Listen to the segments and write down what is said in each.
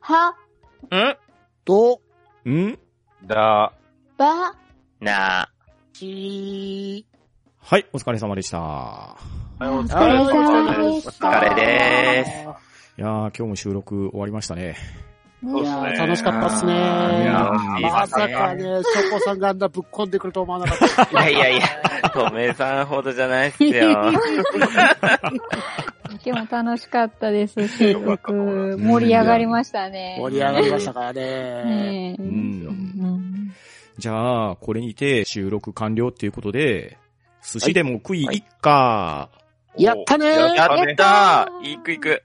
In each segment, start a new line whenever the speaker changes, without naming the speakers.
は、
ん
と、
ん
だ、
ば、
な、
じ
はい、お疲れ様でした。
ー。
お
お
疲
疲れ
れ様
様
で
で
し
したた。
お疲れでー
いやー、今日も収録終わりましたね。
そうっ
い
す
や
ね
ー楽しかったっすね
いや
ー
まさかね、ショコさんがあんなぶっこんでくると思わなか った。
いやいやいや、とめさんほどじゃないっす よ。
今日も楽しかったです。収
よかった
録、盛り上がりましたね。
盛り上がりましたからね。
ねえ
う。
うんん
じゃあ、これにて収録完了っていうことで、寿司でも食いいっか。
やったねー
やった
やったー
行く行く。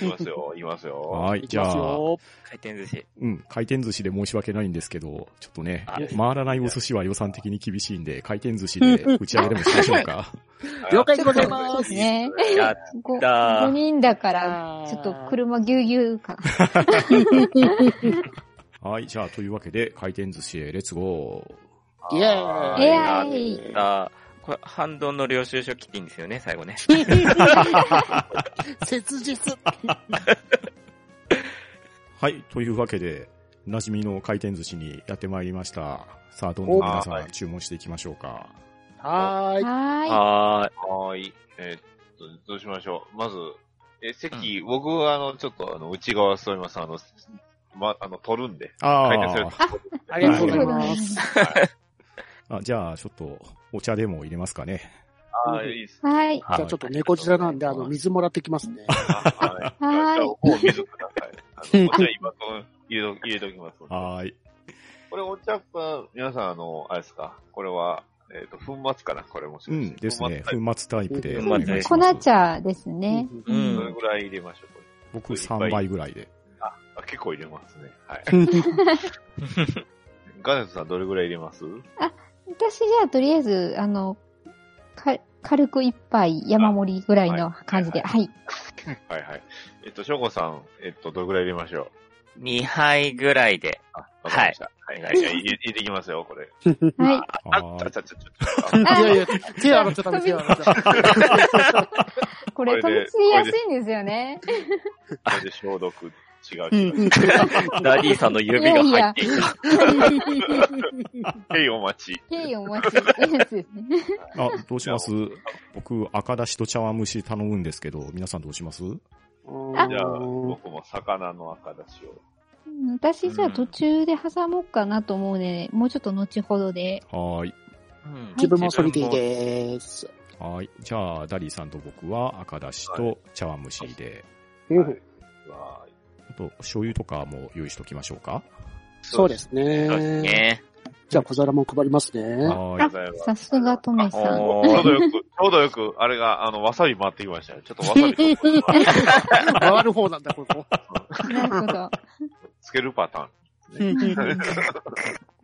行きますよ、行きますよ。
はい、
いき
じ
ます
ゃあ、
よ。
回転寿司。
うん、回転寿司で申し訳ないんですけど、ちょっとね
あ、
回らないお寿司は予算的に厳しいんで、回転寿司で打ち上げでもしましょうか。
了解でござい
そう
ま
ですす。ね。
やっ
ご
たー
5人だから、
あー
ちょっと車ぎゅうぎゅうか。
はい、じゃあ、というわけで、回転寿司へレッツゴー。
イエーイ
イエーイ
やったーこれ、反動の領収書切っていいんですよね、最後ね。
切実。
はい、というわけで、おなじみの回転寿司にやってまいりました。さあ、どんどん皆
お
さ
は
ん注文していきましょうか。
はーい。
は
は
はーい。えーっと、どうしましょう。まず、え、席、僕はあの、ちょっとあの、内側座ります。あの、ま、あの、取るんで。
あ
回転する
ー
ありがとうございます。
あ、じゃあ、ちょっと、お茶でも入れますかね。
ああ、いいです
い。。はい。
じゃあちょっと猫舌なんで、あの、水もらってきますね。
は
はーい
じゃあ、お水ください。あの、お茶今、入れと、入れときますので。
はーい。
これお茶は、皆さんあの、あれですかこれは、えーっと、粉末かなこれも
う
しかして
ん、ですね。
粉末
粉末タイプで。
粉
末で
粉茶ですね。
う
タイプど
ん
れ。ぐらい入れましょうこれ
僕3杯ぐらいで。
あ、結構入れますね。はい。ガネットさんどれぐらい入れます
私じゃあとりあえず、あの、か軽く一杯山盛りぐらいの感じで、はい。
はいはい。えっと、翔子さん、えっと、どれぐらい入れましょう
2杯ぐらいで。
あ、わかりました。はい、はい、はい、入れ入れてきますよ、これ。
はい。
あ、
はー
ちゃ
い
ちゃちゃちゃ。
いやいや、手洗っちゃダメ、手洗っちゃダメ。
これ飛び散りやすいんですよね。
あ、これで消毒、違う違う。
ダディさんの指が入っていた。
へい、お待ち。
敬意をお待ちってやつですね。
あ、どうします僕、赤だしと茶碗蒸し頼むんですけど、皆さんどうします
じゃあ、僕も魚の赤だしを。
うん私じゃあ途中で挟もうかなと思うので、もうちょっと後ほどで。
はーい。
うん
自分もそれでいいでーす。
はーい。じゃあ、ダリーさんと僕は赤だしと茶碗蒸しで、
わーい
あと、醤油とかも用意しときましょうか。
そうです
そうです
ね。
ね。
じゃあ小皿も配りますね。
はー
あ
い
りがとうご。ざいます。
さすがトメさん。は
ちょうどよく、ちょうどよく、あれが、あの、わさび回ってきましたね。ちょっとわさびと思います
回る方なんだ、ここ。
なるほど。
つけるパターン。
これ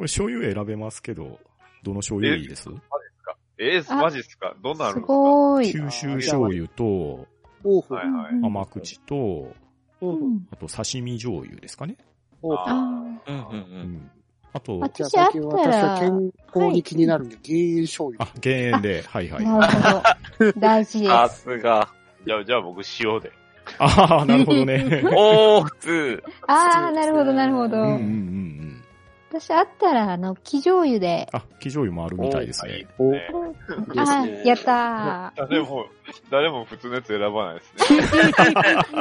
醤油選べますけど、どの醤油いいです
えー、
あ
マジっすかどんなんあ
す
るんですか
ごーい。
九州醤油と、
おうほう
はいはい。
うん
甘口と、
おう
う
ほうん
あと刺身醤油ですかね。
おうほう
あー
うんう
うんん。あと、
あ
じゃあ最近私は健康に気になるんで、減塩醤油
あ。、減塩で、はいはい。
なるほど。大事
うん。
です。
さすが。
じゃあ、じゃあ僕、塩で。
ああ、なるほどね。
おー、普通。
あー、なるほど、なるほ
う
ど
んうんう。んうん。
私あったら、あの、生醤油で。
あ、生醤油もあるみたいです
はい
ね。
お
ね
ですね
あー、やったー。
誰も、誰も普通のやつ選ばないですね。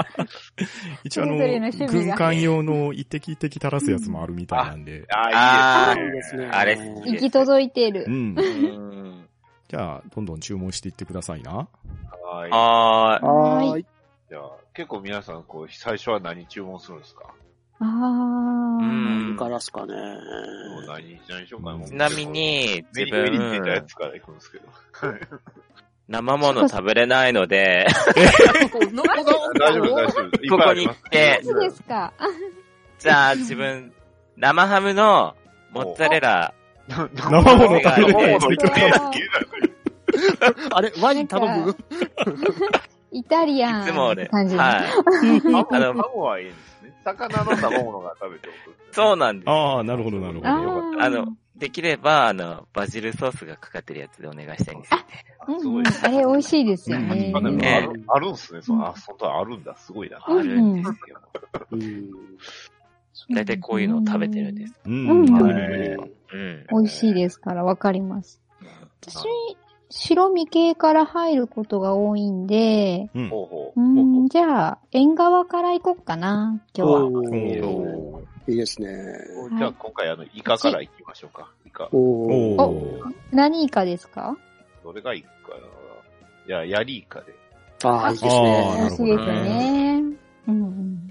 一応あの
それぞれの、趣味
軍
が
艦用の一滴一滴垂らすやつもあるみたいなんで。
あ
あ、いい
いい
で
ですす
ね。
ね。
あれ
行き届いて
う
る。
ん。
うん
じゃあ、どんどん注文していってくださいな。
はい。
はーい。
はーい。
じゃあ、結構皆さん、こう、最初は何注文するんですか、
あー。
うん
何からっすかね。
もう何、何しようかな。もう
ちなみ、に、
メ
自
ニューに出たや
分、
つから行くんですけど。
生もの食べれないので、
大丈夫、大丈夫。い
こ
っぱい
こ
あり
に
ます
来て
い、つですかあ
じゃあ自分、生ハムのモッツァレラ、
生もの食べれない
生もの食べれない
あれワイン頼む
イタリアン。
いつも俺、
感じ。
はい。
ハ
あの
ムハムはいいんですね。魚の生ものが食べておく。
そう
う。
なんです。
ああ、なるほど、なるほ
あ
ど。
ー
あの、、できれば、あの、バジルソースがかかってるやつでお願いしたいんですよね。
うんうん、あれ美味しいですよね。
あでもあ
ね
るあるんすね。そうあ、本当はあるんだ。すごいな。
うん
あるんですよ。
うん
だいたいこういうのを食べてるんです。
うん
うん
は
へ
い。
うん。
美味しいですから、わかります。私、白身系から入ることが多いんで、
うん。
ほうほ
う
う。ほうほ
ん、
う
じゃあ、縁側から行こっかな、今日は。
お
お
ーいいですね。
じゃあ今回あの、イカから行きましょうか。イカ。
おー
おー
何イカですか
どれがいいかなじゃあ、ヤリイカで。
ああ、いいです
あーな
ね。
るほ
安い
ど
で
ね
すね。うん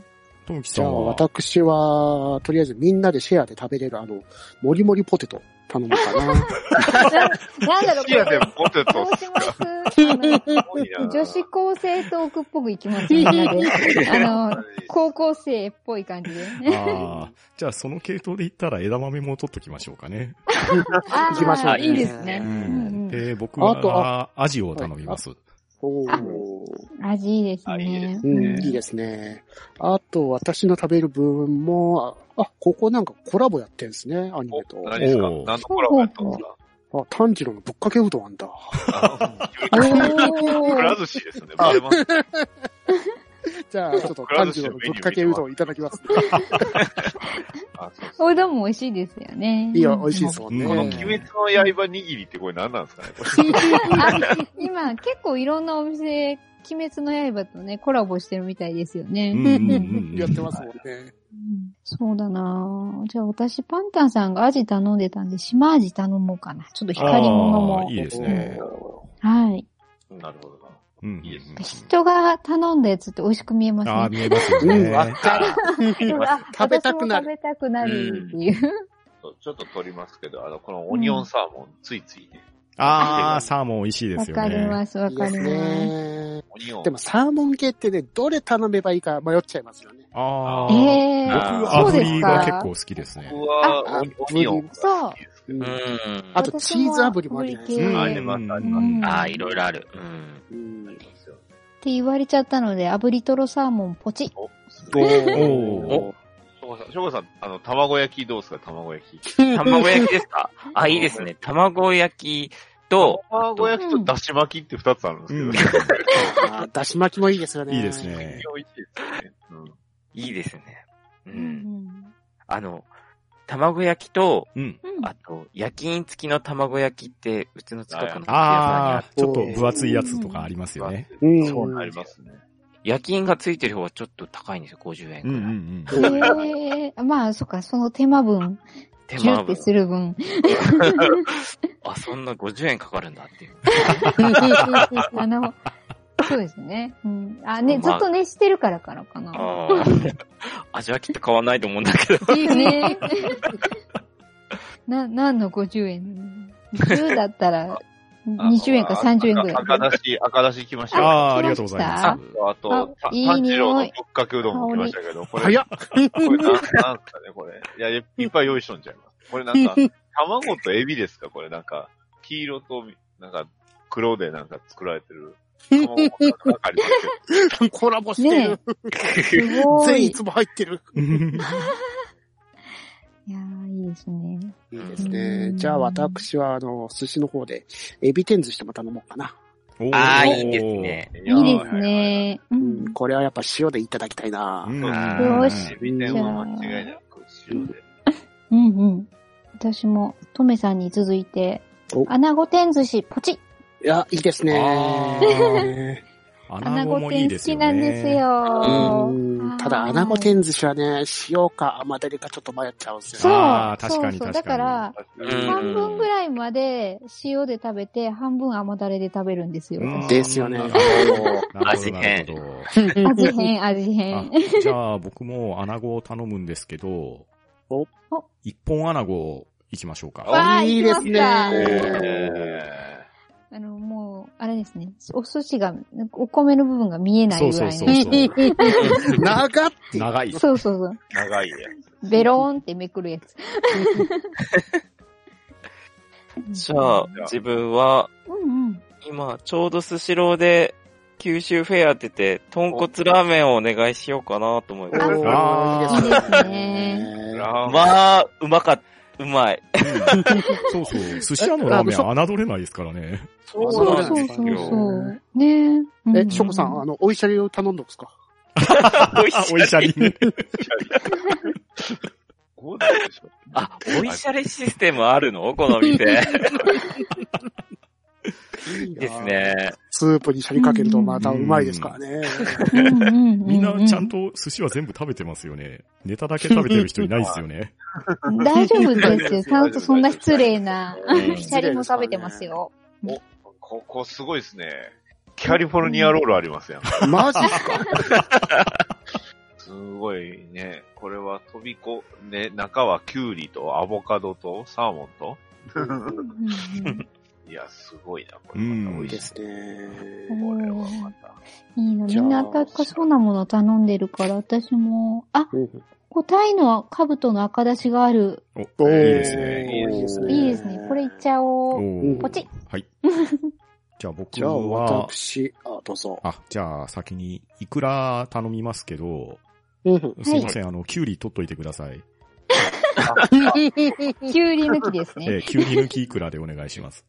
ともき
じ
さ
ゃ
ん
あ、
は、
私は、とりあえずみんなでシェアで食べれる、あの、もりもりポテト頼もうかな。
ななんだろう、
いや、でもポテ
ど
ト
うします
すごい
あの
な。
女子高生トークっぽく行きますみんなで。あの、高校生っぽい感じで。
ああ、じゃあその系統で言ったら枝豆も取っときましょうかね。
あー
行きましょう
いいですね。
うん
うん
で、僕
あと
はアジを頼みます。
おー
味いいです
あいいで
ね
う
す。
ん、
ね
いいですね。あと、私の食べる分も、あ、あここなんかコラボやってんですね、アニメと。
何ですか
おう
何のコラボやったんですか
あ、炭治郎のぶっかけうどんあんだ。
あ
お
のくら
ー
寿司ですね。バレます
じゃあ、ちょっと炭治郎のぶっかけうどんいただきます。
あそうそう
おうどんも美味しいですよね。
いや、美味しいですもんね。
この
鬼滅の刃握りってこれ何なんですかねこれ
あ今、結構いろんなお店、鬼滅の刃とね、コラボしてるみたいですよね。
うんうんうんうん
やってますもんね。
うんそうだなぁじゃあ私、パンタンさんがアジ頼んでたんで、島アジ頼もうかな。ちょっと光り物
あ
も
ーい。いですね。
はい。
なるほどな。
うん
いいですね
人が頼んだやつって美味しく見えます
ああ、
ね。
見えますよ
う
ね。
ん、わかる。
人があ
食べたくな
私も
る
食べたくなるっていう。
そうちょっと取りますけど、あの、このオニオンサーモン、ついついね。
ああ、サーモン美味しいで
わ
すよね。
かります、わ
いい
か
で
り
す
ます。
ね。
オニオン。
でも、サーモン系ってね、どれ頼めばいいか迷っちゃいますよね。
あ
え
あ、
え
あー
僕、
そう
炙
で
り
す
が
か
結構好きですね。
僕は
あ
オニオンオニオンが好きですけ
う
ど。
ん
う。ん。
あとチーズ炙りもあるじゃないです
私
うん
も
あ
炙
り
り系っ
ます、あり
う
ま
ん
ああ、いろいろある。うん。
うん
す。
て言われちゃったので、炙りトロサーモンポチ。
お、す
お
ごい。
お
ー
しょうごさん、しょうごさん、あの、卵焼きどうですか卵焼き。
卵焼きですかあ、いいですね。卵焼きと、
卵焼きとだし巻きって二つあるんですけど。
うん
非
あーだし巻きもいいですよね。
いいですね。
常 に美味しいですよね。うん
いいですね。う
うん
ん。あの、卵焼きと、
うん。
うん
あと、焼き印付きの卵焼きって、うちの近くの
ああ、ちょっと
おー
分厚いやつとかありますよね。
うん
そうなりますね。
焼き印が付いてる方はちょっと高いんですよ、50円く
うん
ら
う
い。
んうん。
ええまあ、そっか、その手間分、
手
ジュ
間
って
分。
する 分。
あ、そんな50円かかるんだっていう。
あの、そうですね。うん。あ、ね、ず
まあ
っと熱してるからからかな。
あ あ。味はきっと変わんないと思うんだけど。
いいね。な、何の50円 ?10 だったら、20円か30円ぐらい。
赤だし、赤だし来ました
あ
よ。
あ、ありがとうござい
あ
ま
あと、
あ
た
いい匂い
炭治郎のぶっかけうどんも来ましたけど、これ、
早っ
これなんなんすかね、これ。いや、いいっぱい用意しとんじゃいます。これなん か、卵とエビですかこれなんか、黄色と、なんか、黒でなんか作られ てる。卵の中に入ってる
コラボしてる。
すご
全員
い。
いつも入ってる。
す。
いやーいいですね。
いいです
う
ね。
ん
じゃあ私は、あの、寿司の方で、エビ天寿司でも頼もうかな。
おー
ああ、いいです。ね。
いいです。ね。う
うん、
ん。
これはやっぱ塩でいただきたいな
う。ん
よし
エビ天は間違いなく塩で。
うんうん。私も、トメさんに続いて
お、
穴子天寿司、ポチッ
いや、いいです
あ
ね。
穴
穴
子
子
もいい
天
で
好
す
き
よね。
なんですよ。
うんただ、
はい
穴子天寿司はね、塩か甘だれかちょっと迷っちゃうんです
そう
よ。
あー確かに
そうそう
確かに
だから、
うん
半分ぐらいまで塩で食べて、半分甘だれで食べるんですよ。
うん
ですよね
なるほど
味変
なるほど
味変、味
あ
変。、
じゃあ僕も穴子を頼むんですけど、
お
一本穴子行きましょうか。
わあ
いいですね。
行
え
あの、もう、あれですね。お寿司が、お米の部分が見えない
そう
ぐ
そ
ら
う
い
そ
の。
うそう。
長っ
長い。
そうそうそう。
ー長いやつ。
ベローンってめくるやつ。
じゃあ、自分は、
うんうん。
今、ちょうどスシローで、九州フェアやってて、豚骨ラーメンをお願いしようかなと思います。
お
いい
あ
ー
ですね。
ラーメン
まあ、うまかっ、うま い。
そうそう。寿司屋のラーメン侮れないですからね。
そう
なん
そ
で
う
す
そう
よ
そうそう。ねえ。
え、ショコさん、あの、お医者に頼んどくっすか
お医
あ、お医者
に
に。
5台でしょ
あ、お医者にシステムあるのこの店。
いいな
です。ね。
スープにシャリかけるとまたうまいですからね。
み
み
んなちゃん。と寿司は全部食べてますよね。ネタだけ食べてる人いないですよね。
大丈夫ですよ。ちゃんとそんな失礼な
う ん。
シャリも食べてますよ。
ここすごいですね。キャリフォルニアロールありますやん。
マジっすか
すごいね。これは飛び子、ね、中はキュウリとアボカドとサーモンと。いや、すごいな、これまた美味
で
しい。
すね。
これはまた。
いいな。みんな温かそうなもの頼んでるから、私も。あ、こうタイの兜の赤出しがある。
お
お
い
ー
いですね。
いいですね
いいですね。これいっちゃ
お
おう。
ー
ポチッ
はい。じゃあ僕
じゃあ、
は、
私、あ、どうぞ。
あ、じゃあ先にいくら頼みますけど、
うん
すいません、あの、キュウリ取っといてください。
きゅうり抜きです
え
ね。
ー、キュウリ抜きいくらでお願いします。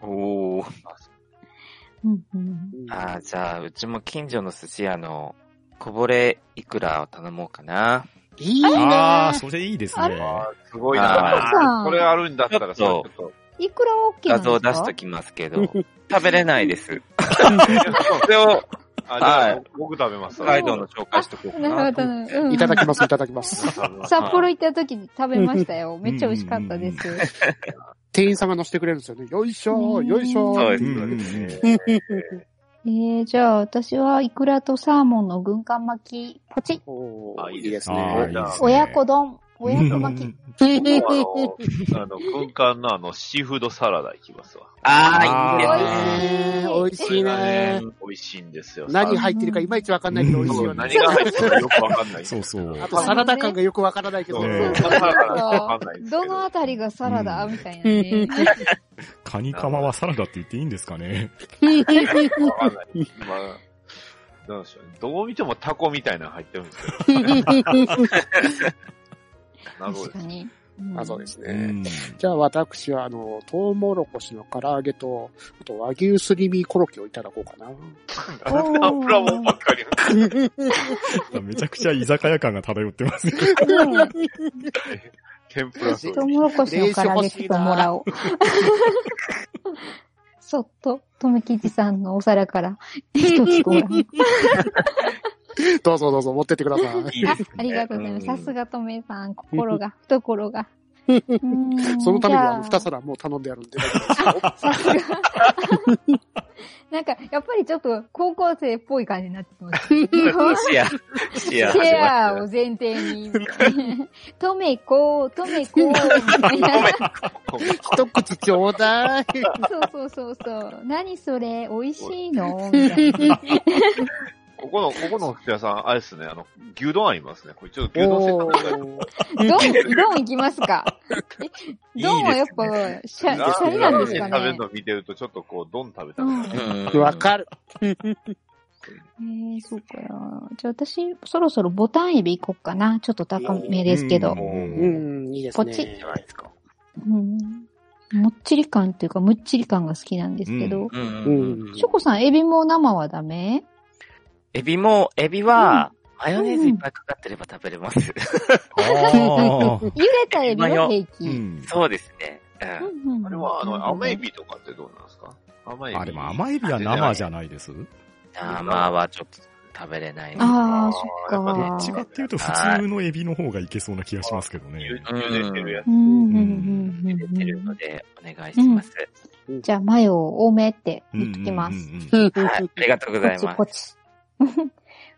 おー。
うんうん
あーじゃあ、うちも近所の寿司屋の、こぼれいくらを頼もうかな。
いいね。
あー、それいいですね。
あーすごい
あ
な。
ー
これあるんだったらさ、ち
ちょ
ょ
っ
っと。
いくら OK なん
画
ですか
像出しときます けど、食べれないです。
いやそう
それを、
あ、じゃ
は
あ
い、
僕食べます。
ガイドの紹介しとこうか
な
な
るほ
と
ど。
思っ
な
て。
るほど
いただきます、いただきます。
札幌行った時に食べましたよ。めっちゃ美味しかったです。
店員さんが乗せてくれるんですよね。よいしょ
うん
よいしょ
そう
ー
で
っ
す
て
うん
言っ
うんうん
えー、じゃあ私はイクラとサーモンの軍艦巻き、ポチッ
てお
あ
ー
い
い
い
い
で
ですす
ね
ね。
あーいい ですね
親子丼、親子巻き。
もうあの、あの、軍艦のあの、シーフードサラダいきますわ。
あ
美
ー、いい
味
ですね。
しい。
美味しいね。
美味しいんですよ。
何入ってるかいまいちわかんないけど美味しいよね
何。が入ってるかよくわかんない。
そうそう。
あとサラダ感がよくわからないけど。
そう
ね
サラダがわかんないですけ
どのあたりがサラダ、
う
みたいなね。
カニカマはサラダって言っていいんですかね。
わかんない。まあ、どうでしょうね。どう見てもタコみたいなの入ってるんですけ ど。なるほ
確
ど
か
です。
に。
あそうです
う
ね。
ん。
じゃあ私は、あの、トウモロコシの唐揚げと、あと和牛すり身コロッケをいただこうかな。
おー
ナンプラもんばっかり。
めちゃくちゃ居酒屋感が漂ってますね。
ね
天ぷらそう
トウモロコシの唐揚げちょっともらおう。そっと、とめきちさんのお皿から一つごらん。
どうぞどうぞ持ってってください。
いいですね
ありがとうございます。
ん
さすがとめさん、心が、懐が。
そのためにあの、
じゃ
二
あ
皿もう頼んであるんで。
さすが。なんか、やっぱりちょっと高校生っぽい感じになってきましたね。
シェア、シェア始
シェア
まっ
を前提に。とめこう、とめこう、みたいな。
一口ちょうだい。
そうそうそうそう。何それ美味しいのみたいな。
ここの、ここのお寿司屋さん、あれですね、あの、牛丼ありますね。これちょっと牛丼セッ
お
ト
ー
どん、どん行きますかえどんはやっぱ、シャ、シャリなんですか
ラー
ね
メン食べるの見てると、ちょっとこう、丼食べた
う
く
ん
なる。
て。
わかる。
えー、そうかな。じゃあ私、そろそろボタンエビ行こっかな。ちょっと高めですけど。
う。ん、いいです
ポ
ね。
チ
じゃないですか。
うんもっちり感っていうか、むっちり感が好きなんですけど。
うんうん
う
うん
ん。
ショコさん、エビも生はダメ
エビも、エビは、マヨネーズいっぱいかかってれば食べれます。
ああ。
茹でたエビは平
う
気。
ん。
そうですね。うん。
あれは、あの、甘エ
ビ
ビとかってどうなんですか甘エビ。
あ、でも甘エビは生じゃないです。ど
生はちょっと食べれない。
あーそっか
っちかっていうと普通のエビの方がいけそうな気がしますけどね。
ゆゆでてるやつ。
うんうんうんうん
出てるので、お願いします。
じゃあ、マヨ多めって言っときます。
うんうんうんうん
うん
はい。ありがとうご
ポ
ざい
チ
ます
ポ。チ。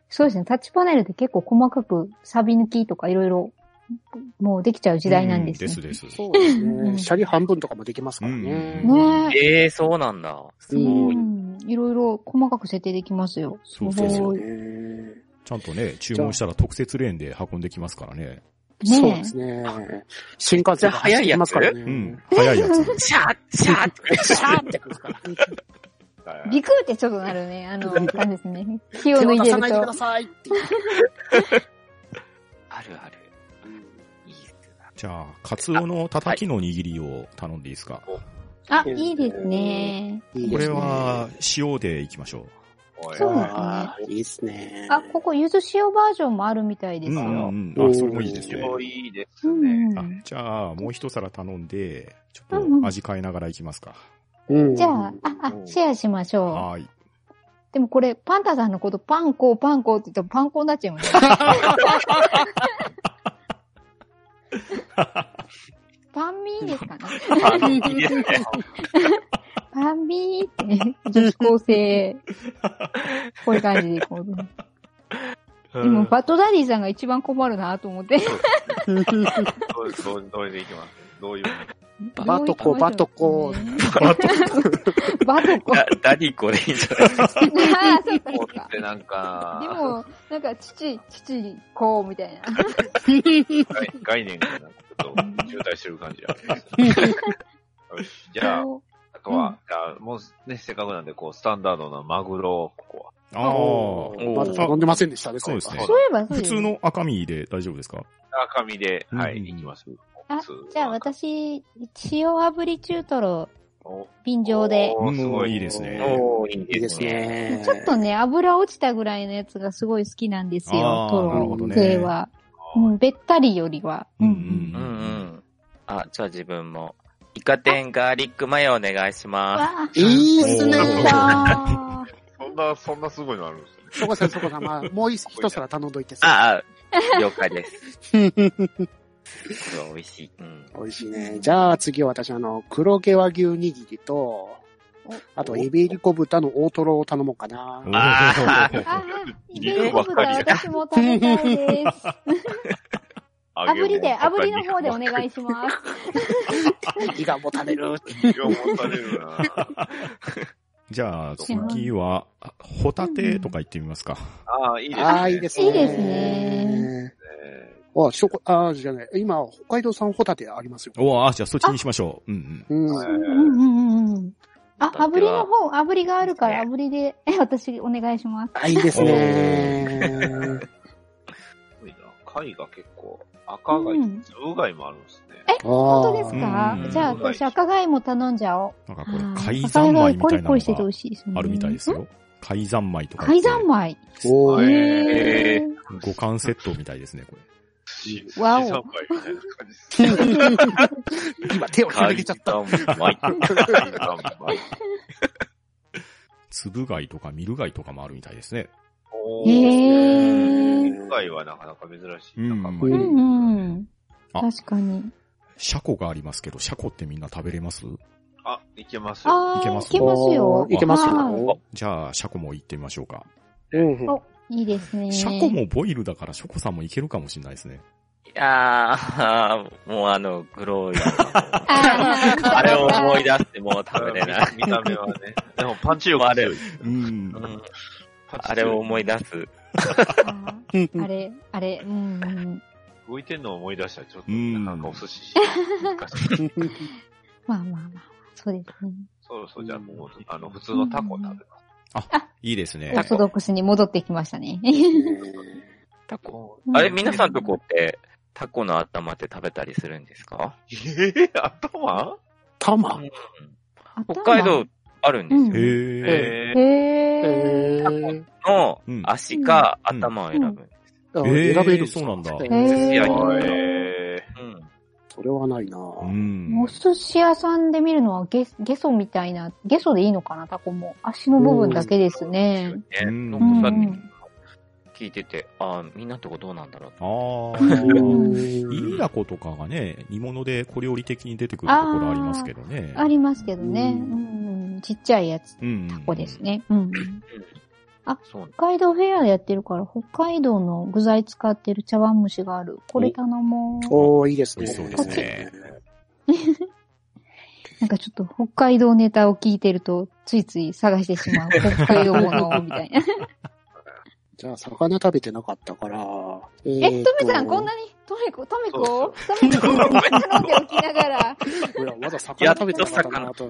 そうですね、タッチパネルで結構細かくサビ抜きとかいろいろ、もうできちゃう時代なんですね。
ですです。
そうです
う
ね。
ん
シャリ半分とかもできますから
うん
ね。
ねえ。
ええー、そうなんだ。すごい。
うんいろいろ細かく設定できますよ。す
そ
ご
う
い。
そうそう
ねえ
ちゃんとね、注文したら特設レーンで運んできますからね。
ねえ
そうですね。新幹線が走ってきますからね。
う
うんん。
早いやつ。
シャーシャー
シャーってくるから。
ビクってちょっとなるね。あの、感じですね。気を
手
抜い
を出
て
さ
る
ないでくだ
と。
さいっていう。
あるある。いいっすな。
じゃあ、カツオのたたきの握りを頼んでいいですか。
あ、いいですね。
いいで
これ
すね
は、塩でいきましょ
おい
そうなんだ
ああ、いいっすね。
あ、ここ、ゆず塩バージョンもあるみたいです
うん
よ。
うんうん。あ、それもいいです
す
ね。
ごいいいです
うん
ね。
う
あ
ん、
じゃあ、もう一皿頼んで、ちょ
うん
っ
うん
と味変えながらいきますか。
うん
じゃあ、あ、あ、シェアしましょ
はーい。
う。でもこれ、パンタさんのこと、パンコ、パンコって言ったらパンコになっちゃい ますよ。パンミーですかね。
いいですね。
パンミーって、女子高生。こういう感じでいこう。
う
今、
ん
バッドダディさんが一番困るなと思って。
どうどうどれでいきますどういう。
バトコバトコ
バトコ。バトコ。あ
だダディコでいいんじゃないですか。
あ、そうか、そ
こ
う
う
か
っ。てなんか、
でも、なんか、父、父、こう、みたいな。
概概念がなんかちょっと渋滞してる感じがありま す。よしじゃあ、あと
うん
は、じゃあもうね、せっかくなんで、こう、スタンダードなマグロを、ここは。
ああ。
まだ頼んでませんでしたね、
そうですね
そういえばそう
普
です
通の赤身で大丈夫ですか
赤身で、は
う
い、
ん
いきます。
あ
普通の、
じゃあ私、塩炙り中トロ、
お
便乗で。
おーすご
うん
い。
いいですね
おーい
いいです。ね。
ちょっとね、油落ちたぐらいのやつがすごい好きなんですよ
あ、ー
ト
な
るほど
ロ
ね
系は。うん、べったりよりは。
うん
う
うん
うんん。あ、じゃあ自分も。イカ天ガーリックマヨお願いします。
わ
いいっす
ー、
ね
やっ
ー。
た
そんな、そんなすごいのあるんですね。
そこさん、そこさん、まあ、もう一皿頼んどいてさ。
ああ、了解です。これは美味しい。うん。
美味しいね。じゃあ次は私、あの、黒毛和牛握りと、あと、エビリコ豚の大トロを頼もうかな。
あ
ー。あー、イベリ
肉
コ
ばっ
豚
かりだ
私も食べたいです。
揚げ
炙
物
りで、
ばっ
炙
か
りの方でお
ね。
願いします。
胃がもたれる。
肉が持たれるな。
じゃあ、次は、ホタテとか行ってみますか。
ああ、いいですね。
ああ、いいですね。
いいですね。
え
あ、しょこ、ああ、じゃない。今、北海道産ホタテありますよ。
おーあ、じゃあそっちにしましょう。うん
うん。
ー
うんうんうんうん。あ、炙りの方、炙りがあるから
ね
炙りで、え私お願いします。
あ、いいですね。
すごいな貝が結構、赤貝、
うん
粒貝もあるんですね。
本当
本
ですか
うん
じゃあ、私赤貝も頼んじゃおう。
うん。なんかこれ、
はい
海
赤
山米
貝
み
コ
た
リ
いな
コ
の
リしてて美
が
味しいですね。
あるみたいです
ん。
よ。海山米とか。
海山。米。
おー
へー
五感セットみたいですね、これ。
わお
資産貝みたいな感じで す。
今、手を広げちゃ った。
粒貝とかミル貝とかもあるみたいですね。
お
へー
今回はなかなか珍しい。
うん
なん
う
う
か
んうん。
あ
確かに。
シャコがありますけど、シャコってみんな食べれます
あ、いけます。
あ
いけ
あ、
ま
い
す
けますよ
お。ーいけます
はい
よ。
じゃあ、シャコも行ってみましょうか。
うん。
おいいですね。
シャコもボイルだから、ショコさんもいけるかもしれないですね。
あー、もうあの、グローイの。
あー
あれを思い出してもう食べれ ない。
見た目はね。でもパンチ力強い。
うん
う。ん
パンチ
あ
力
れを思い出す。
あー あれ、あれ、うんうん。
動いてんのを思い出したらちょっと、
うん
なんかお寿司し難しい。
まあまあまあ。そうですね。
そろそろじゃあもう、あの、普通のタコ食べます。
いいです
オー
ね。
ソドックスに戻ってきましたね。
タコ。
うん
あれ、皆さんとこって、タコの頭って食べたりするんですか
えー、頭
玉
北海道あるんですよ。
うん
へえ。
え
へ
ー、
え。
えー
の
うん
足か
うん
頭を選ぶんです。
あ
えー
選べる。
そうなんだ
え
へ
ー
ー
試合に
うん
え
うん
それはないな
うん
お。寿司屋さんで見るのはゲゲソみたいな、ゲソでいいのかな、タコも。足の部分だけですね。
う
ね、
ん
の
うん
こ
う
さん
ん
聞いてて、あーみんなのとこどうなんだろうと。
ああ。イイダコとかがね、煮物で小料理的に出てくるところありますけどね。
ありますけどね。
う
うんうんちっちゃいやつ、
うん。
タコです。ね。うん。
そう
北海道フェアやってるから、北海道の具材使ってる茶碗蒸しがある。これ頼もう。
おー、いいですね。
美味しそうですね。
なんかちょっと北海道ネタを聞いてると、ついつい探してしまう。北海道もの、みたいな。
じゃあ、魚食べてなかったから。えー
え、
と
とめさん、こんなに、とめこ、とめ
そ
こ、とめこ、頼んでおきながら。
いや、まだ魚食べてなかったなと。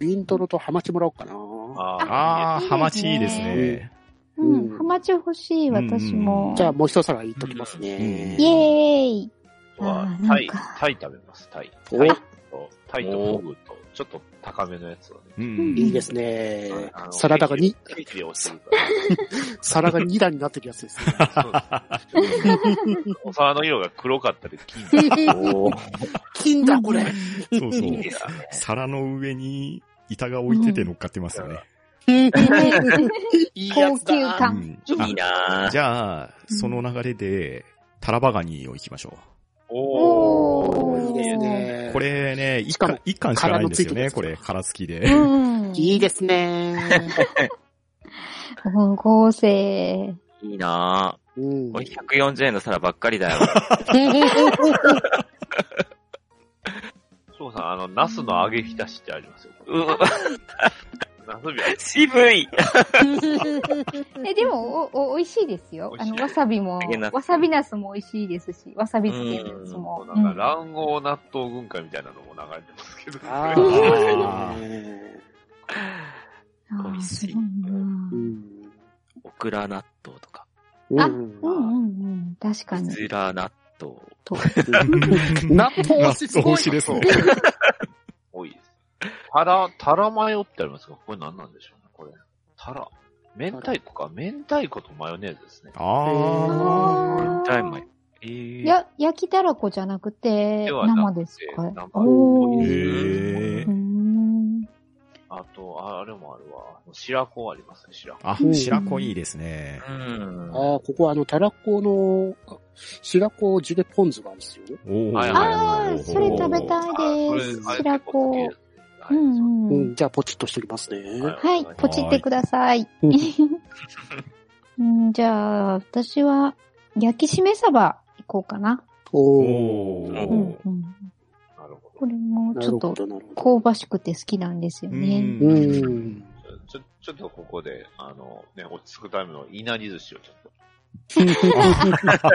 イントロとハマチもらおうかな。
ああ、ハマチいいです
いい
です
ね。
うん、
うん
ハマチ欲しい、私も。
じゃあ、もう一皿いっときますね。
うん
イエーイ
は
あー
タイ
なんか、
タイ食べます、タイ。
お
タイと、タイとフグと、ちょっと高めのやつをね。
うん。
いいですね
はいあ。の
サラダが2、
ケーキで落ちるから。
皿が2段になってるやつ ですね。
お皿の色が黒かったり、金
おー
金だ、これ。
そうそう。皿の上に板が置いてて乗っかってますよね。
いいや
高
つ
級
だ。
う
感。
ん。
いいな
あ
ぁ。
じゃあ、
うん
その流れで、タラバガニを行きましょ
お
おー
いいですね
う。。こ。れね、一
しかも
貫、一貫しかないんですよね、
殻のついて
こ
るや
れ、
つ
殻付き
う
で。
ん。
いいですね。
うん、合成。
いいなぁ。
うん
これ140円の皿ばっかりだよ。
そうさん、あの、ナスの揚げ浸しってありますよ。
う う、
ナスビは
渋い
え、でも、お、お、美味しいですよ。
美
あ
味しい
の、わさびも
揚げナ、ス
わさびナスも美味しいですし、わさび漬けのやつも。
なんか卵黄納豆軍艦みたいなのも流れてますけど、
あ
これ
あ
う
ー。
ん
美味し
あーす
い
ごな
うん
オクラ納豆とか、
あ
うん
うんうんうん。確か
う
に。
ずら納豆。
納豆推しす
納豆
ご
推
い
し。ですね。
多いです。タラ、タラマヨってありますかこれ何なんでしょうね、これ。タラ。明太子か。明太子とマヨネーズですね。
ああ。
あー
タイマイ。えー、
や、焼きたらこじゃなくて、
ではな
生
くて
ですか
生
おー。
へ
へ
え
うー。ん
あと、ああれもあるわ。白子ありますね、白子。
あ、
うん
白子いいですね。
うん。
ああ、ここはあの、たらこの、あ白子ジュレポン酢があるんですよ。
おー
はいはい
ああ、それ食べたいです。
あ
白子。。
あ
う
れ結構好きで
ん
すね
う、
うんん。
じゃあポチッとしてきますね。
はい
はい、ポチってください。
うん
うんじゃあ、私は、焼きしめ鯖いこうかな。
お
おお、
ー
う
お
んうん
なるほど。
これも
な
ちょ
る
っと
ほど、なるほ
香ばしくて好きなんですよね。
ど。う
うん。
ん。
ちょ、ちょっとここで、あの、ね、落ち着くためのいなり寿司をちょっと。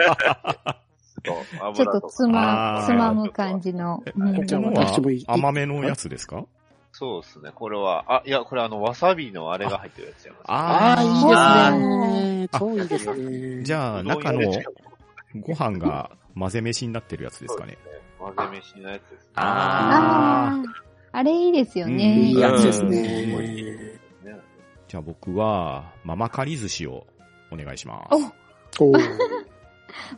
ちょっと
ちょ
油
っと
か
つま
あ、ー
つまむ感じの。
え
う
こ
ん
っ
ちは
こ
ま
れ
た
は
私もいい
甘めのやつですか
そうですね。これは、あ、いや、これあの、わさびのあれが入ってるやつやます。
ああ、
あー
いいですね。超いいですね。
じ
あ、
ゃあ、
うどん
中の
より近く
ご飯が混ぜ飯になってるやつですかね。
混ぜ飯のやつですね。
あ
ああ、あれいいですよ
うん
い
ね
い。やつです
うん
ね。
ね
じゃあ僕は、ママカリ寿司をお願いします。
お
おお、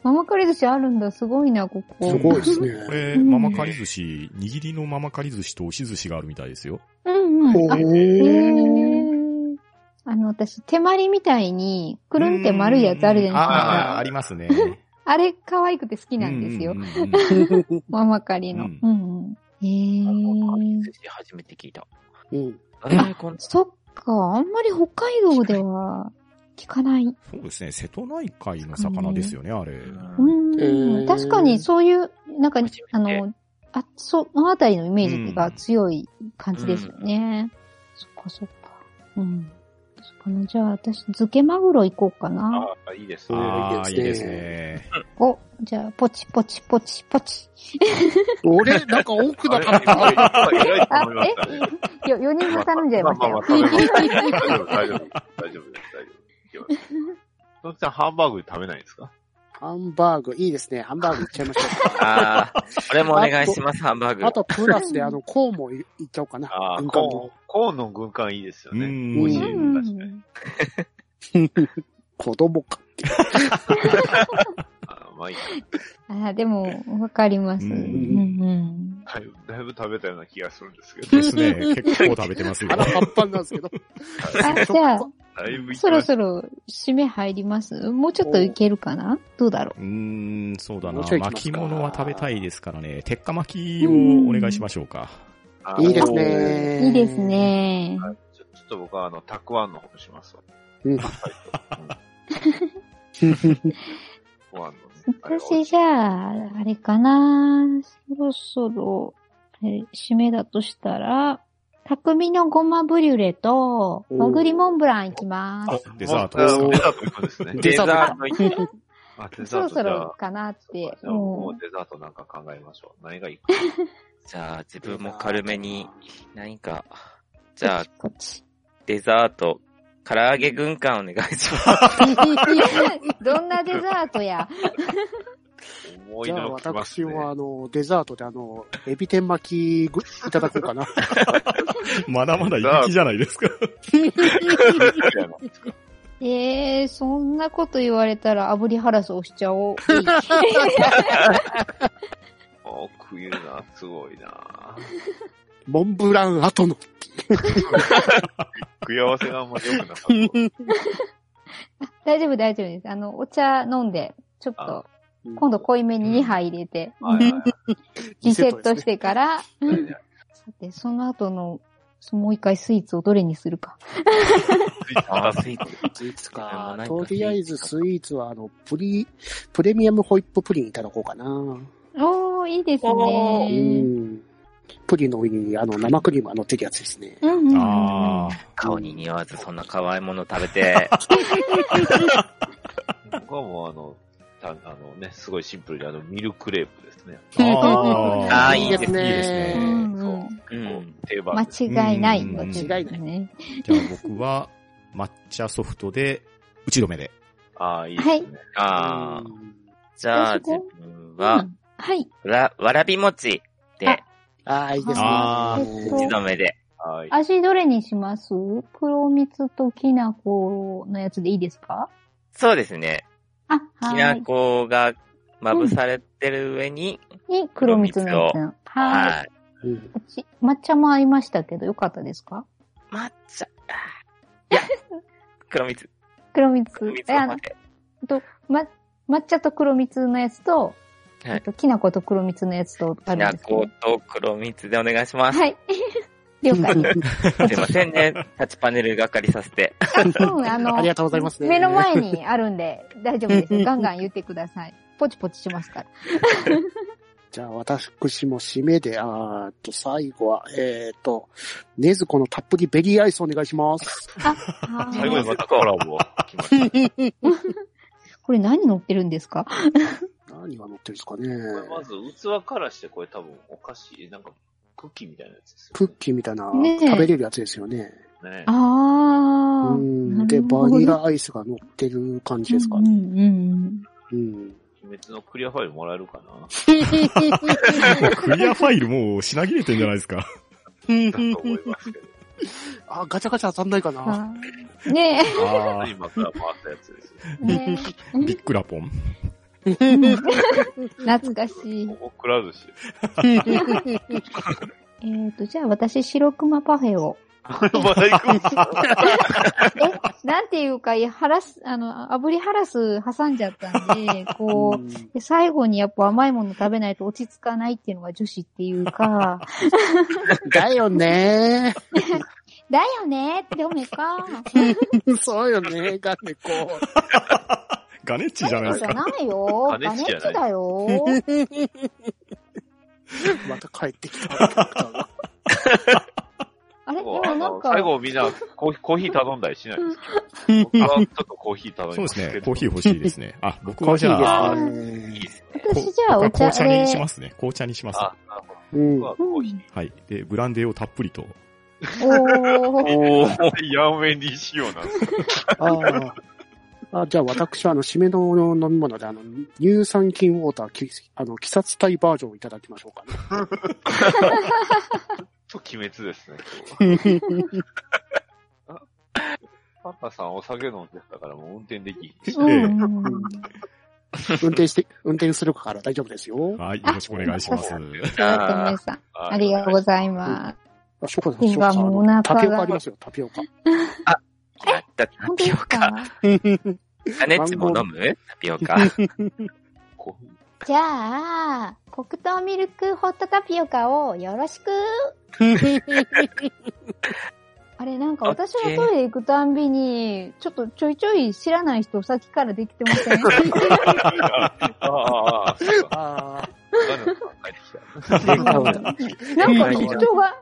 ママカレー寿司あるんだ。すごいな、ここ。
すごいです
こ
ね。
れ、
うん
ママカリ寿司、握りのママカリ寿司と押し寿司があるみたいですよ。
うんうん。あへ
おお。
ーあの、私、手まりみたいに、くるんって丸いやつあるじゃないです
ああー、
か。
ありますね。
あれ、可愛くて好きなんですよ
う。んうんうん
ママカリの。
う
うんんうん。へえ。
初めて聞いた。
うん。
えー、こん
そっか、あんまり北海道では聞かない。
そうですね、瀬戸内海の魚ですよね、あれ。
う
へー
ん。確かにそういう、なんか
初めて、
あの、あ、そのあたりのイメージが強い感じですよね。そっかそっか。うん。そっかなじゃあ、私、漬けマグロ行こうかな。
ああ、いいですね。
ああ、い
い
い
い
で
ですす
ね。
お、じゃあ、ポチポチポチポチ。
俺、なんか多くな
あれ
かった。
意外と
あ
思いまし、たね。
え、よ、4人分頼んじゃいましたよ。
まあまあまあまあ大丈夫、大丈夫、大丈夫です、大丈夫。いけます。のっちゃん、ハンバーグ食べないんですか
ハンバーグ、いいですね。ハンバーグいっちゃいましょうか。
ああ、これもお願いします、ハンバーグ。
あと、プラスで、あの、コーンもいいっちゃおうかな。
ああ、
軍艦
コーン
も。、
コーンの軍艦いいですよ
う
ね。
ん、
美
美
味
味
し
し
い
い。
うん
確かに
子供か。
ああまあいいか
あ、でも、わかります。
う
うんん うん。
だいぶだいぶ食べたような気がするんですけど
で。すね、 結構食べてますよ。
腹パンパンなんですけど。
あ、じゃあ、
だいぶいき
そ
ま
ろ
し
そろ、締め入りますもうちょっといけるかなどうだろ
うーん、そうだ
も
な。
うちょい行きま
巻
すか
物は食べたいですからね。鉄火巻きをお願いしましょうか。
た
いいです
う
ね。
いいです。ね。
あのちょちょっと僕は、あの、たくあんの方しますわ。
うん
はいうんた くあんのね。あれ
私、じゃあ、あれかな。そろそろ、えー締めだとしたら、匠のごまブリュレと、
おー
もぐりモンブランいきま
あ
す。、
デザートですか
も
ね
うデ。ザート行くんですね。
デザート行っ
あデ
そ
ザー
ろ
トじ
そ
ゃ
ろ
あ
かなっ
そう
て
か。じゃあ
うん
もうデザートなんか考えましょう。何がいいか。
じゃあ、自分も軽めに、何か。じゃあ、
こっち。
デザート、唐揚げ軍艦お願いします。
どんなデザートや。
思
じ
い
ゃあ
のきます
私
ね。
は、あの、デザートで、あの、エビ天巻きぐいただこうかな。
まだまだ行きじゃないですか。
ええー、そんなこと言われたら炙りハラス押しちゃおう。
奥言うな、すごいな。
モンブラン後の。
食い合わせがあんまり良くなかった。
大丈夫、大丈夫です。あの、お茶飲んで、ちょっと、今度濃いめに2杯入れて、
はいはいはい
リセットしてから、
は
うん
いはい
さて、その後の、もう一回スイーツをどれにするか。
ああ、スイーツ。
スイーツ
あ
か
ーな。いか
とりあえずスイーツは、あの、プリ、プレミアムホイッププリンいただこうかな。
おー、いいです
う
ね。
ん。プリンの上に、あの、生クリームが乗ってるやつですね。
うんうんうん
あ
顔に似合わずそんな可愛いもの食べて。
僕はもうあの、たあのね、すごいシンプルで、あの、ミルクレープですね。
あ。あ
あ
あ
あいいです
ね
いいです
う
ね。
ん。
そううん
うん。
定番です。
間違いない。
うん
間違いない
ね。
じゃあ僕は、抹茶ソフトで、打ち止めで。
ああ、いいですね。
ああ
う。ん
じゃあ、
どうし
自
よ
分
う
は、
んはい。
わ、わらび餅で、
ああ、いいですね。
あ
ー
打ち止めで。
はい。
味どれにします黒蜜ときな粉のやつでいいですか
そうですね。
あ、
き
は。
ない粉がまぶされてる上に、
に黒蜜のやつ。はい。
はい。
うん
うち抹茶もありましたけど、よかったですか
抹茶。あーいや、黒蜜。
黒蜜。
黒蜜
えあ
の
の
パフェ
と、ま、抹茶と黒蜜のやつと、
はい
えっと、きな粉と黒蜜のやつとあ
き
るん
な
ですけど
粉と黒蜜でお願いします。
はい。了解です。
すいませんね。タッチパネル係させて。
うんあの、
ありがとうございますね
目の前にあるんで、大丈夫 ですよ。ガンガン言ってください。ポチポチしますから。
じゃあ、私も締めで、あーっと、最後は、えーっと、ねずこのたっぷりベリーアイスお願いします。
は
最後
ー
に
い
またコラボ来ま した。
これ何乗ってるんですか
何が乗ってるんですかね。
これまず器からしてこれ多分お菓子、なんかクッキーみたいなやつですよ、
クッキーみたいな、
ねえ
食べれるやつですよね。
ーね
あ。あー。
うん。で、
なるほ
バ
ど
ニラアイスが乗ってる感じですか
うん
ね。
うん うん。
うん。
鬼滅のクリアファイルもらえるかな
クリアファイルもう品切れてんじゃないですか。
だと思いますけど。
あ、ガチャガチャ当たんないかな。
あーね
あ
今から回ったやつですよ。
え。ね
あ。ビックラポン。
えうん懐かしい。
ここくら 寿司です。
えっ、と、じゃあ私、白熊パフェを。
まだ行くんですか
え、なんていうか、いやハラス、あの、炙りハラス挟んじゃったんで、こう、で最後にやっぱ甘いもの食べないと落ち着かないっていうのが女子っていうか、
だよね
だよねって読めか。
ー。そうよねー、ガネコ。
ガネッチじゃないで
じ
す
ゃ
か。
ないよ。
金
ガ
っ
ネ
ちじ
ッ
ゃな
チ
い
だよ。
また帰ってきた。
あれで
も
も
うあ
なん
の
か、
最後みんなコーヒーコーヒー頼んだりしないですか僕はちょっとコーヒー頼み
そう
ま
ですす
け
ね。
ど。
コーヒー
ー。
欲しいですね。あ、僕はじゃあ、
あ
ね
私じゃあ
こ
お
僕は
茶
紅茶にし
で
ま、すね。紅茶にします。
あ、なるほど。
うん。
僕はコーヒー。
はい。で、ブランデーをたっぷりと。
おー、
おー。
ヤンウェンディ仕様なんですか
ああ。あじゃあ私は、あの、締めの飲み物で、あの、乳酸菌ウォーター、きあの、鬼殺隊バージョンをいただきましょうかね。
ちょっと鬼滅ですね、今日は。あパパさんお酒飲んでたからもう運転できん。
う
ええ
んうんうん。
運転して、運転するから大丈夫ですよ。
はい。よろしくお願いします。
ちょっと皆さん、ありがとうございます。
あ、ショコさん、
今
ショコさんあの
もうお腹が
タピオカありますよ、タピ オカ。
あったタ
本当で
ピオ
す
カ。
か
タネッチも飲むタピオカ。
コーヒ
じゃあ、黒糖ミルクホットタピオカをよろしくあれ、なんか私はトイレ行くたんびに、ちょっとちょいちょい知らない人さっきからできてません
ーが。ああ、ああ、そうか。
あ
ガネさん帰ってきた。
なんか
うん
人が、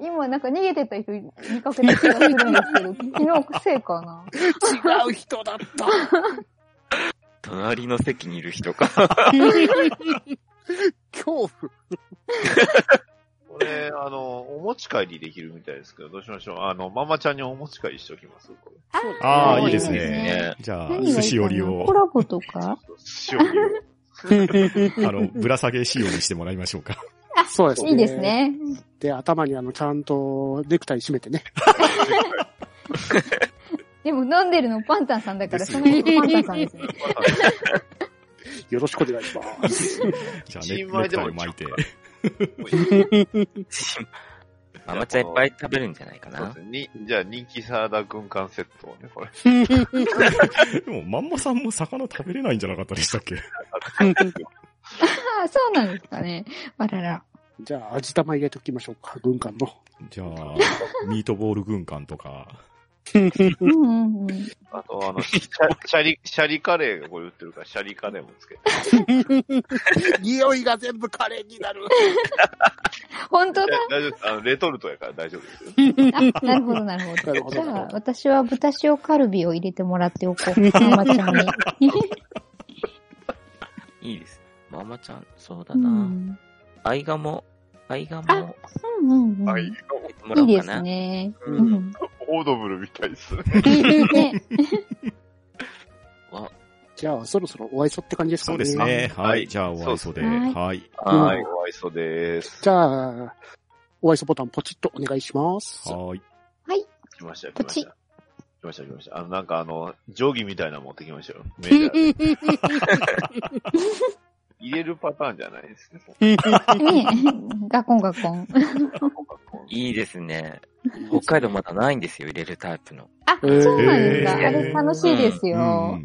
今なんか逃げてた人見かけた気がするんですけど、昨日せかな。
あ、違う人だった。
隣の席にいる人か。
恐怖。
これ、あの、お持ち帰りできるみたいですけど、どうしましょう。あの、ママちゃんにお持ち帰りしておきます。これ
ああ、
ー
いいです
いいです
ね
ね。
じゃあ、
何がいいかな
寿司折りを
コ。ラボとか
塩
あの、ぶら下げ仕様にしてもらいまし ょうか。
そうですね。
いいです。ね。
で、頭にあの、ちゃんとネクタイ締めてね。
でも飲んでるのパンタンさんだから、
です
そ
よ
の人パンタンさんですね。
よろしくお願いします。
じゃあ、
新
ね、ネ
米
ク
で
タイ
も
を巻いて。
アマチュアいっぱい食べるんじゃないか
そうで
な。
すねにじゃあ、人気サーダ軍艦セットをね、これ。
でも、まんまさんも魚食べれないんじゃなかったでしたっ け
ああ、そうなんですかね。あらら。
じゃあ、味玉入れときましょうか、軍艦の。
じゃあ、ミートボール軍艦とか。
うんうんうん。
あと、あの、シャシャリ、シャリカレーがこれ売ってるから、シャリカレーもつけて。
匂いが全部カレーになる。
本当
いや
だ。
大丈夫です。あの、レトルトやから大丈夫ですよ。
あ、なるほど、なるほど。
なるほ
じ
ど
ゃあ、私は豚塩カルビを入れてもらっておこう。ママちゃんに。
いいです。ママちゃん、そうだ
う
な。
ん
アイガモ、アイガモ、
うんうん。
はい
い
入れてもらおう
いで
か
す
な。
ね。
う
うんん。
オードブルみたいですね。
ね。
わ
じゃあ、そろそろお会いそって感じですか
そう
ね。
ですね。
はい
はい。じゃあ、お会いそうで。
はい
はい。
はーい、お愛想でーす。
じゃあ、お会いそボタンポチッとお願いします。
はい。
来ましたよ、
こっ
来ま
ち
した。来ました、来ました。あの、なんかあの、定規みたいなの持ってきましたよ。メジャーで入れるパターンじゃないです
ね
ね。
ガコンガコン。
いいで すね。北海道まだないんですよ、入れるタイプの。
あ、そうなんですか。
へー
あれ楽しいです
う
よ
ん。
い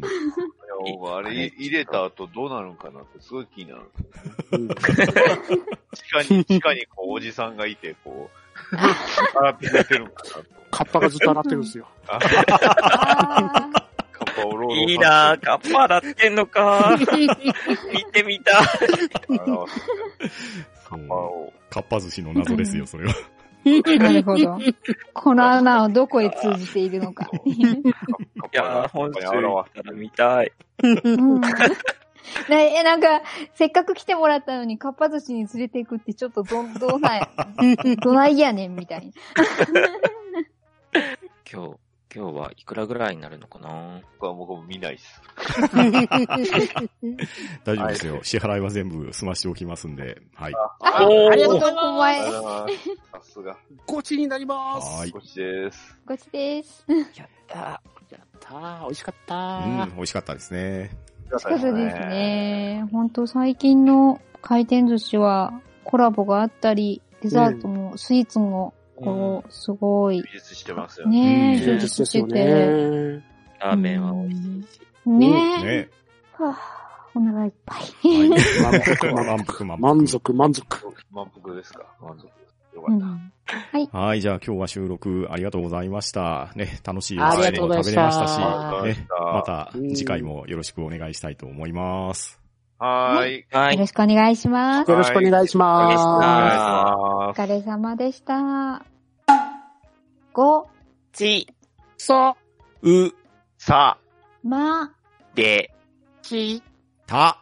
や僕あれ、入れた後どうなるんかなってすごい気になる。
うん
地下に、地下にこう、おじさんがいて、こう、洗ってくれてるんかなと。
カッパがずっと洗ってるんですよ。
あ
あー
カッパをロード
いいなぁ、カッパだってん のか見てみたい。
ー
そう
カッパを。
かっぱ寿司の謎ですよ、そ れは。
なるほど。この穴をどこへ通じているのか。
カッ
いやー、
パ
本
に
州
洗
行
わ
ったら見たい。
うんなえ、なんか、せっかく来てもらったのに、かっぱ寿司に連れて行くって、ちょっとどん、 どない、どないやねん、みたいな。
今日、今日はいくらぐらいになるのかな
僕は僕も見ないっす。
大丈夫ですよ。支払いは全部済ましておきますんで。はい。
あ、
おー
ありがとう、こま
あ
え。
らーさすが。
ごちになります。
はい。
こっちです。
ごちです。
やった
やったー、美味しかった
うん
ー。、
美味しかったですね。
よ
そうです。ね。本当最近の回転寿司は、コラボがあったり、デザートも、スイーツも、こう、すごい、
美術してますよ
ね
う
ね。
ん
充
充
実
実
し
です
て
よ
て。
ね。
ラーメンは美味しいし。
ねえ。
ね。
はあお腹いっぱ
はい
い。
満腹、満腹、満腹。
満足、満足。
満腹ですか満足。よ
う
かった。
ん
はい、じゃあ今日は収録ありがとうございました。ね、楽しいお
あ
酒
り
も
がとう
食
ご
べれ
ざいま
まし
したた
し、
はい
ね、また次回もよろしくお願いしたいと思います。、
はーい。
は
よ
い。
ろしくお願いします。
よろしくお願いし
お
願いし
ま。
ます
願いしま
お疲れ様でした。ご、
ち、
そう
す。さあ。
ま、
で、
き
た、